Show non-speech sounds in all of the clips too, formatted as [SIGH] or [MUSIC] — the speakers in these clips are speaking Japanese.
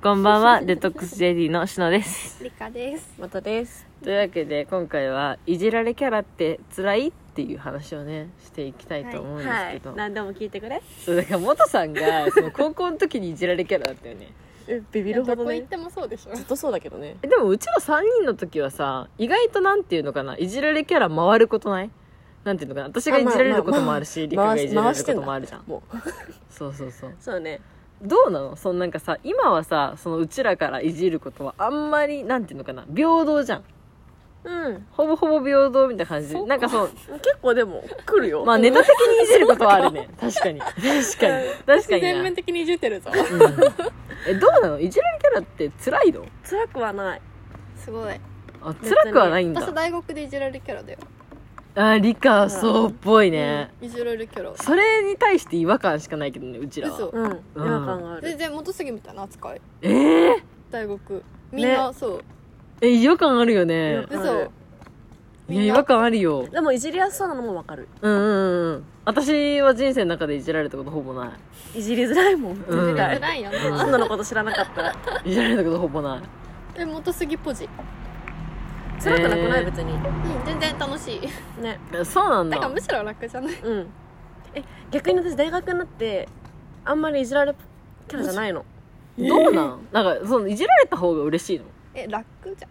こんばんは、デトックスジェリーのしのです。リカです。またですというわけで、今回はいじられキャラって辛いっていう話をね、していきたいと思うんですはけいど。何でも聞いてくれそう、だから、元さんが、その高校の時にいじられキャラだったよね。えビビいるやほどどこ行ねってもそうでしょず。っとそうだけどねえ [LAUGHS] でも、うちら3人の時はさ、意外となんていうのかな、いじられキャラ回ることないなんていうのかな、私がいじられることもあるし、リカまがあまあまあいじられるこ回ともあるじゃん。もうそうそうそう。そうねどうなのそのなんかさ、今はさ、そのうちらからいじることはあんまり、なんていうのかな、平等じゃん。うんほぼほぼ平等みたいな感じで。そうかなんかそう、結構でも来るよまあネタ的にいじることはあるね。確かに。確かに。確かに全な。面的にいじってるぞ。うんえ、どうなのいじられキャラって辛いの辛くはないすごい。あ、辛くはないんだ私。大学でいじられるキャラだよ。あ、理科はそうっぽいね。うんいじられるキャラ。それに対して違和感しかないけどね、うちらは嘘。うん違和感がある全然元杉みたいな扱い。えー、大学。みんな、そう。え、違和感あるよね。うん嘘。いみや、ん違な和感あるよ。でもいじりやすそうなのもわかるうんうんうん。私は人生の中でいじられたことほぼないじりづらいもんうん絶対辛いようんな。そんなのこと知らなかったらい。いじられたことほぼない。え、元杉ポジ。辛くなくなえーい別にうん、全然楽しい。ねえそうなんだからだむ。しろ楽じゃない。うんえ逆に私大学になってあんまりいじられキャラじゃないのどうなんなんか、その、いじられた方が嬉しいの。え、楽じゃ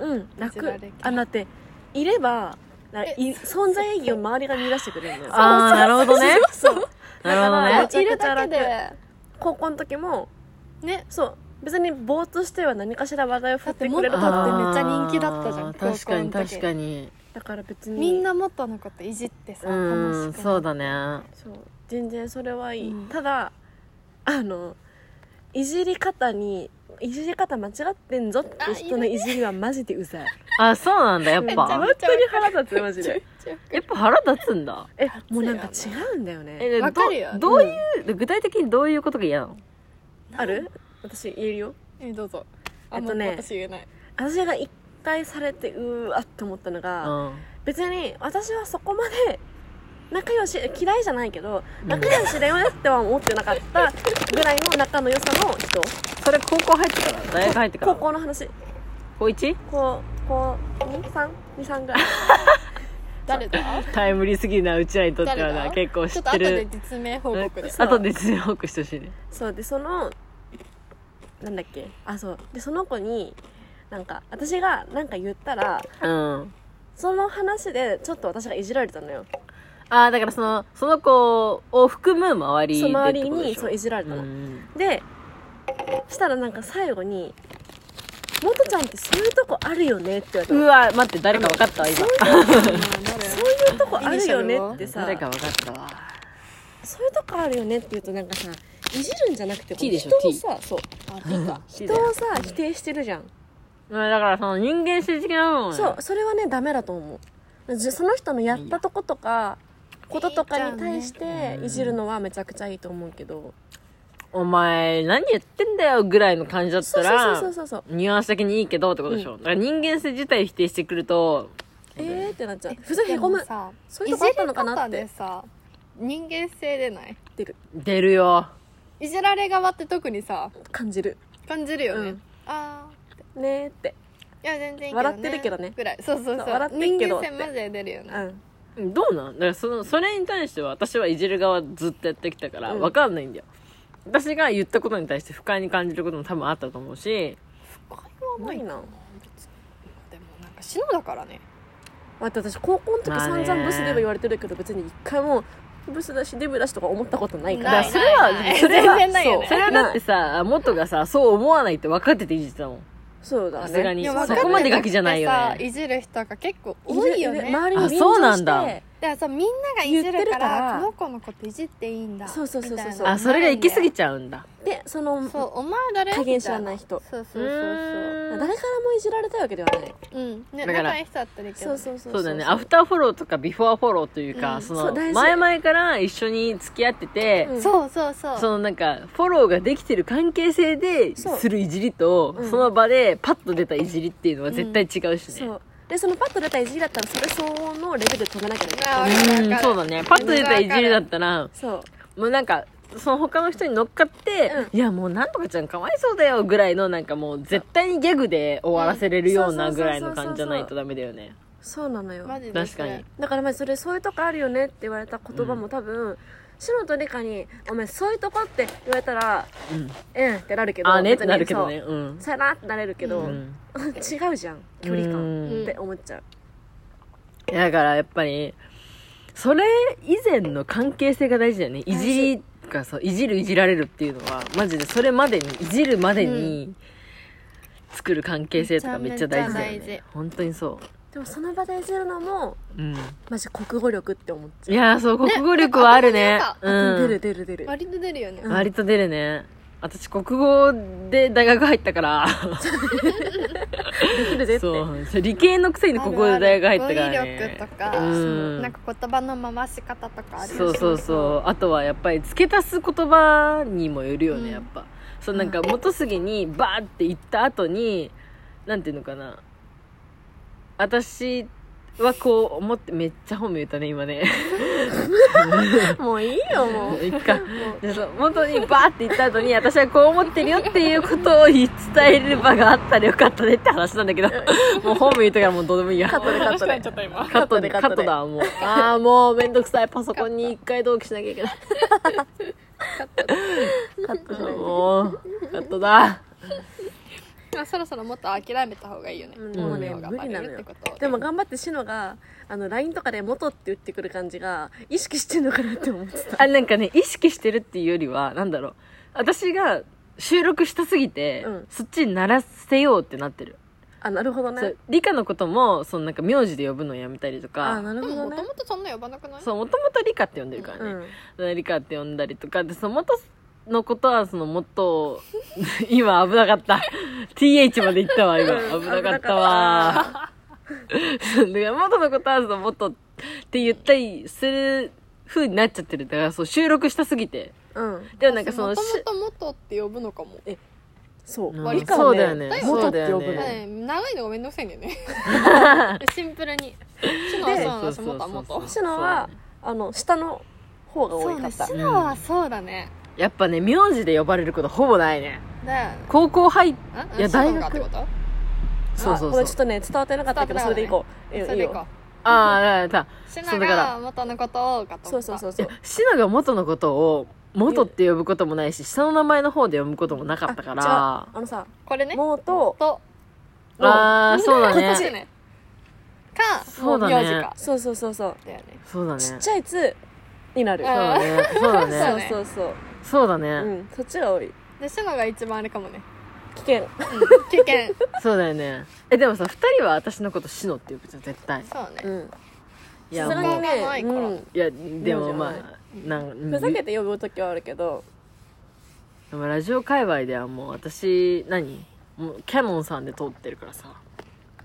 ない。うんい楽じられキャラあだっていればだからいえ存在意義を周りが見出してくれるのよああ、なるほどね。そうなるほどあねめ。ちゃいるくちゃだけ楽で。高校の時もね。そう別にぼーっとしては何かしら話題を振だっっててもくっとだれるっとてだあーめっちゃ人気だったじゃん。確かに確かに。に。から別にみんなもっとのこといじってさ、う、楽しくなんる。そうだね。そう全然それはいい、うんただあのいじり方にいじり方間違ってんぞって人のいじりはマジでうざいあ、そうなんだ、やっめっちぱ。ゃ本当に腹立つマジでやっぱ腹立つんだ。えもうなんか違うんだよねでわかるよどどういう、具体的にどういうことが嫌なのある私言えるよえどうぞえっとねあんま私言えない私が一回されてうーわって思ったのが、別に私はそこまで [LAUGHS] 仲良し嫌いじゃないけどうん仲良しだよねっては思ってなかったぐらいの仲の良さの人それ高校入ってから大学入ってから高校の話高 1? こうこう2323ぐらい [LAUGHS] 誰 [LAUGHS] だタイムリーすぎるな、うちらにとっては誰な、だ結構ち知っょってと後でる。実名報告であとで実報告してほしいね。そうでそのなんだっけあそうでその子になんか私がなんか言ったらうん。その話でちょっと私がいじられたのよああ、だからその、その子を含む周りでその周っりてことでにしょそういじられたの、うんでしたらなんか最後に「もとちゃんってそういうとこあるよね」って言われたうのわ、待って、誰か分かったわ、今。 [LAUGHS] そういうとこあるよねってさ誰か分かったわ。そういうとこあるよねって言うとなんかさいじるんじゃなくて T でしょ人をさそう人人をさ否定してるじゃん、まあだからその人間性的なもんねそうそれはねダメだと思うじその人のやったとことかこととかに対しいいじゃてんねいじるのはめちゃくちゃいいと思うけどお前何言ってんだよぐらいの感じだったそうらそうそうそうそうニュアンス的にいいけどってことでしょ、だから人間性自体否定してくるとえーってなっちゃう普通へこむさそういうとこあったのかなっいじり方てでさ人間性でない出る出るよいじられ側って特にさ感じる感じるよね、うんああねーっていや全然いいけど、ね、笑ってるけどねぐらいそうそうそう笑ってるけどっ人て間性マジで出るよね、うんどうなんだからそのそれに対しては私はいじる側ずっとやってきたからうん分かんないんだよ、私が言ったことに対して不快に感じることも多分あったと思うし他はないなでもなんか篠だからね待って私高校の時まあ散ね々ブスデブ言われてるけど別に一回もブスだしデブだしとか思ったことないからなだいからそれはないなそれはい全然ないよそねうそれはだってさ元がさそう思わないって分かってていじってたもんそうださすがねにいやそこまでガキじゃないよわかんなくてねさいじる人が結構多いよねる周りにあそうなんだ便乗してだからさみんながいじる言かってるからこらの子のこといじっていいんだそうそうそうそうみたいなあそれが行き過ぎてちゃうんだでそのそうお前誰加減知らない人そうそうそう誰からもいじられたいわけではないそううんだねから仲いい人だったらいいけどそうそうそうそうだねアフターフォローとかビフォーフォローというか、うんそそのう大事前々から一緒に付き合ってて、うんそうそうそうそのなんかフォローができてる関係性でそうするいじりとそ,、うんの場でパッと出たいじりっていうのは絶対違うしね、そうでそのパッと出たいじりだったらそれ相応のレベルで止めなきゃいけあなわいかるわかるうんそうだねパッと出たいじりだったらそうもうなんかその他の人に乗っかって、いやもうなんとかちゃんかわいそうだよぐらいのなんかもう絶対にギャグで終わらせれるようなぐらいの感じじゃないとダメだよねそうなのよマジで確かにだからまあそれそういうとこあるよねって言われた言葉も多分、シノとリカに「お前そういうとこ?」って言われたらうん「ええ」ってなるけどあーねっ別てになるけどねうんそうさよならってなれるけど、う違んうじゃん距離う感んって思っちゃうだからやっぱりそれ以前の関係性が大事だよねいじりがそういじるいじられるっていうのはマジでそれまでにいじるまでに作る関係性とかめっちゃ大事だよめちゃめちね本当にそでもその場でいじるのもううんマジ国語力って思っちいやーそう国語力はあるねゃう、うん出る出る出る割と出るよねうん割と出るね私国語で大学入ったからできるぜってそうそう理系のくせに国語で大学入ったからあるねある語彙力とかうんなんか言葉の回し方とかあるそうそうそうあとはやっぱり付け足す言葉にもよるよね、うんやっぱそうなんか元杉にバーって言った後になんていうのかな私はこう思ってめっちゃ本名言ったね今 [LAUGHS] ねもういいよもういっかでそう元にバーって言った後に私はこう思ってるよっていうことを言い伝える場があったらよかったねって話なん [LAUGHS] だけどもう本名言ったからもうどうでもいいやカットでカットでカットでカカットでットだもう [LAUGHS] ああもうめんどくさいパソコンに一回同期しなきゃいけないカットじゃないともうカットだまあそろそろもっと諦めた方がいいよねうんもうね本名がバレるってことをでも頑張ってシノがあの LINE とかで「元」って言ってくる感じが意識してんのかなって思ってたあなんかね意識してるっていうよりはなんだろう私が収録したすぎて、うんそっちにならせようってなってる、あなるほどそねう理科のこともそのなんか名字で呼ぶのやめたりとあかなるでほももどねともとそんな呼ばなくないそうもともと理科って呼んでるからうね、ん理科って呼んだりとかでその元のことはその元 [LAUGHS] 今危なかった [LAUGHS] TH まで行ったわ今うん危なかったわ [LAUGHS] で元のことはその元って言ったりする風になっちゃってるだからそう収録したすぎてうんでもなんかそのもともしと元って呼ぶのかもそううん割とそうだよね割とそうだよ元って呼ぶのはねい長いのがめんどくさいん [LAUGHS] だよねシンプルにシノはでシノはシノは元そうそうそうシノはあの下の方が多そいうかねったシノはそうだねやっぱね名字で呼ばれることほぼないねだよね高校入っんいやシノ大学がってことそうそうあごそめうんちょっとね伝わってなかったけど伝そわっれてでなかったねいこういいよそれでいこああだからうシそノうだからが元のことをかとそうそううそうそうシノが元のことを元って呼ぶこともないし下の名前の方で呼ぶこともなかったからあ違うあのさこれねもうととああそうだこっちねねかそうだねも名字かそうそうそうそうだよねそうだねちそっうちゃい「つ」になるだあねそうだそねうそうそうそうだそううねんそっちが多いでシノが一番あれかもね危険危 [LAUGHS] 険そうだよねえでもさ二人は私のことシノって呼ぶじゃん絶対そうねうんいやそれもにうがないねからうんいやでもま名字はあなんふざけて呼ぶ時はあるけどでもラジオ界隈ではもう私何もうキャノンさんで通ってるからさ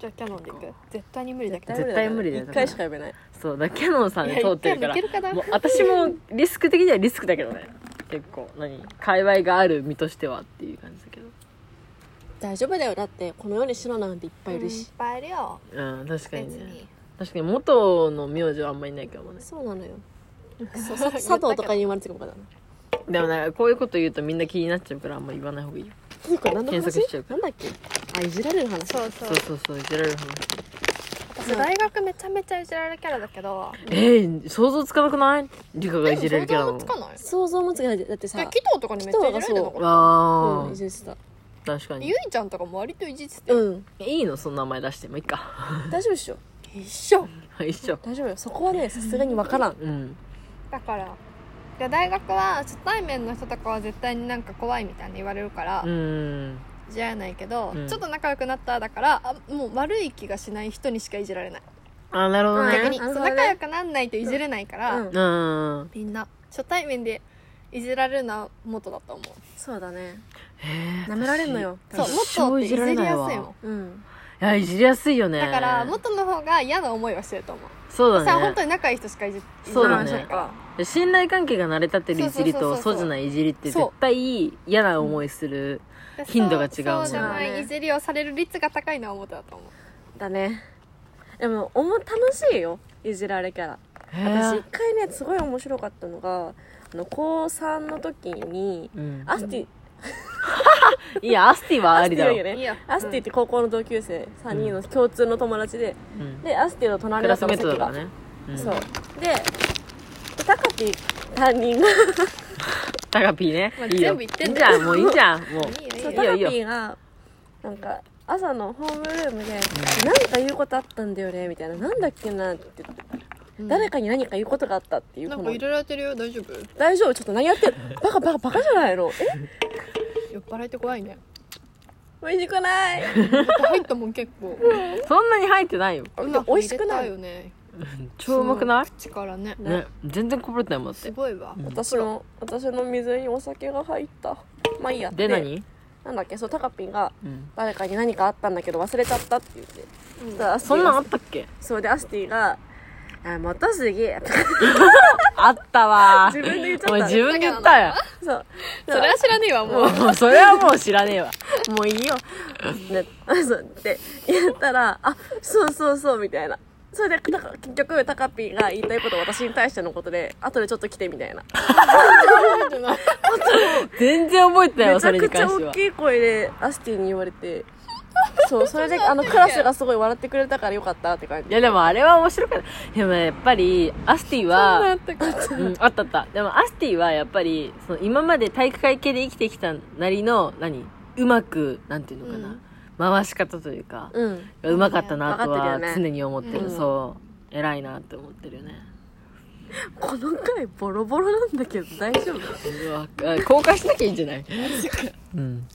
じゃあキャノンでいく絶対に無理だけど絶対無理だよ一回しか呼べないそうだキャノンさんで通ってるからいや一回もいけるかなもう私もリスク的にはリスクだけどね結構何界隈がある身としてはっていう感じだけど大丈夫だよだってこの世に白なんていっぱいいるうんいっし、ぱいいるようん確か別にねに確かに元の名字はあんまりいないけどもねそうなのよそうさ佐藤とかにに生まれてくるからなでもなんかこういうこと言うとみんな気になっちゃうからあんま言わない方がいいよいいか何の検話索しちゃうかなんだっけあいじられる話そうそうそうそうそういじられる話私大学めちゃめちゃいじられるキャラだけどえー、想像つかなくない理科がいじれるキャラのでも想像もつかない想像もつかないだってさだ紀藤とかにめっちゃいじられてなかっあうー、んいじってたあ確かたにゆいちゃんとかも割といじっててうんいいのその名前出してもいいか [LAUGHS] 大丈夫っしょ一緒一緒大丈夫よそこはねさすがに分からんうんだからで大学は初対面の人とかは絶対になんか怖いみたいに言われるからうんじゃないけど、うんちょっと仲良くなっただからあもう悪い気がしない人にしかいじられないあなるほどうん逆にねそなるうほどね仲良くなんないといじれないから、うんうんみんな初対面でいじられるのは元だと思うそうだねへ舐められるのよそう一生元っていいじじらりれやすないいわもんうんいやいじりやすいよねだから元の方が嫌な思いはしてると思うそうさだあ本ね当に仲いい人しかいじいじそうだられねないからで信頼関係が成り立ってるいじりそうそうそうとそうそうじゃないいじりってそう絶対嫌な思いするで頻度が違うもんそうじゃなそうだねいいじりをされる率が高いのは元だと思うだねでもおも楽しいよいじられキャラへ私ー一回ねすごい面白かったのがあの高3の時にうんアスティ、いやアスティはありだろアスティだいよいねよアスティって高校の同級生3人の共通の友達で、うんでアスティの隣クだラったスのメートだ席かが、らねんそうでタカピ担任がタカピーねまあいいよ全部言ってんいいだじよゃんもういいじゃ [LAUGHS] んもういいよいいそようタカいいピよーがなんか朝のホームルームで「なんか言うことあったんだよね」みたいな「なんだっけな」って言って誰かに何か言うことがあったっていうなこんかの入れられてるよ大丈夫大丈夫ちょっと何やってるバカバカバカじゃないのえ酔っ払いって怖いね美味しくない入ったもん結構そんなに入ってないよ今美味しくない入れたよね超うまくないその口からねうね全然こぼれてないもんだっすてごいわ私の私の水にお酒が入ったまあいいやで何なんだっけそうタカピーがうん誰かに何かあったんだけど忘れちゃったって言って、うんそしたらアスティそんなんあったっけそうでアスティが「あまたすげえ」あったわ自分で言っちゃったおい自分で言ったよ [LAUGHS] そうそれは知らねえわもうもう [LAUGHS] それはもう知らねえわ [LAUGHS] もういいよ。ね、あそうって言ったら、あ、そうそうそう、みたいな。それで、なんか結局、タカピーが言いたいことは私に対してのことで、後でちょっと来てみたいな。全然覚えてないめわちそゃれにくちゃ関して大はきい声でアスティに言われて、そう、それで、あの、クラスがすごい笑ってくれたからよかったって感じ。いやでもあれは面白かったでもやっぱりアスティはそんなあったかうん、 [LAUGHS] あったあった。でも、アスティはやっぱり、その今まで体育会系で生きてきたなりの、何うまく、なんていうのかな。回し方というか、うん。うまかったなとわかはってるよね常に思ってる。うんそう。偉いなって思ってるよね。この回ボロボロなんだけど大丈夫うわ、あ公開しなきゃいいんじゃないうん。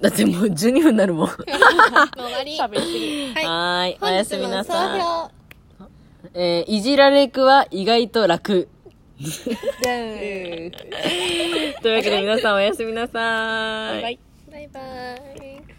だってもう12分になるもん。終わ [LAUGHS] り喋りはいはーい。お本や日すもみな総さい。評えーいじられくは意外と楽。でというわけで皆さんおやすみなさい。バイバイバイ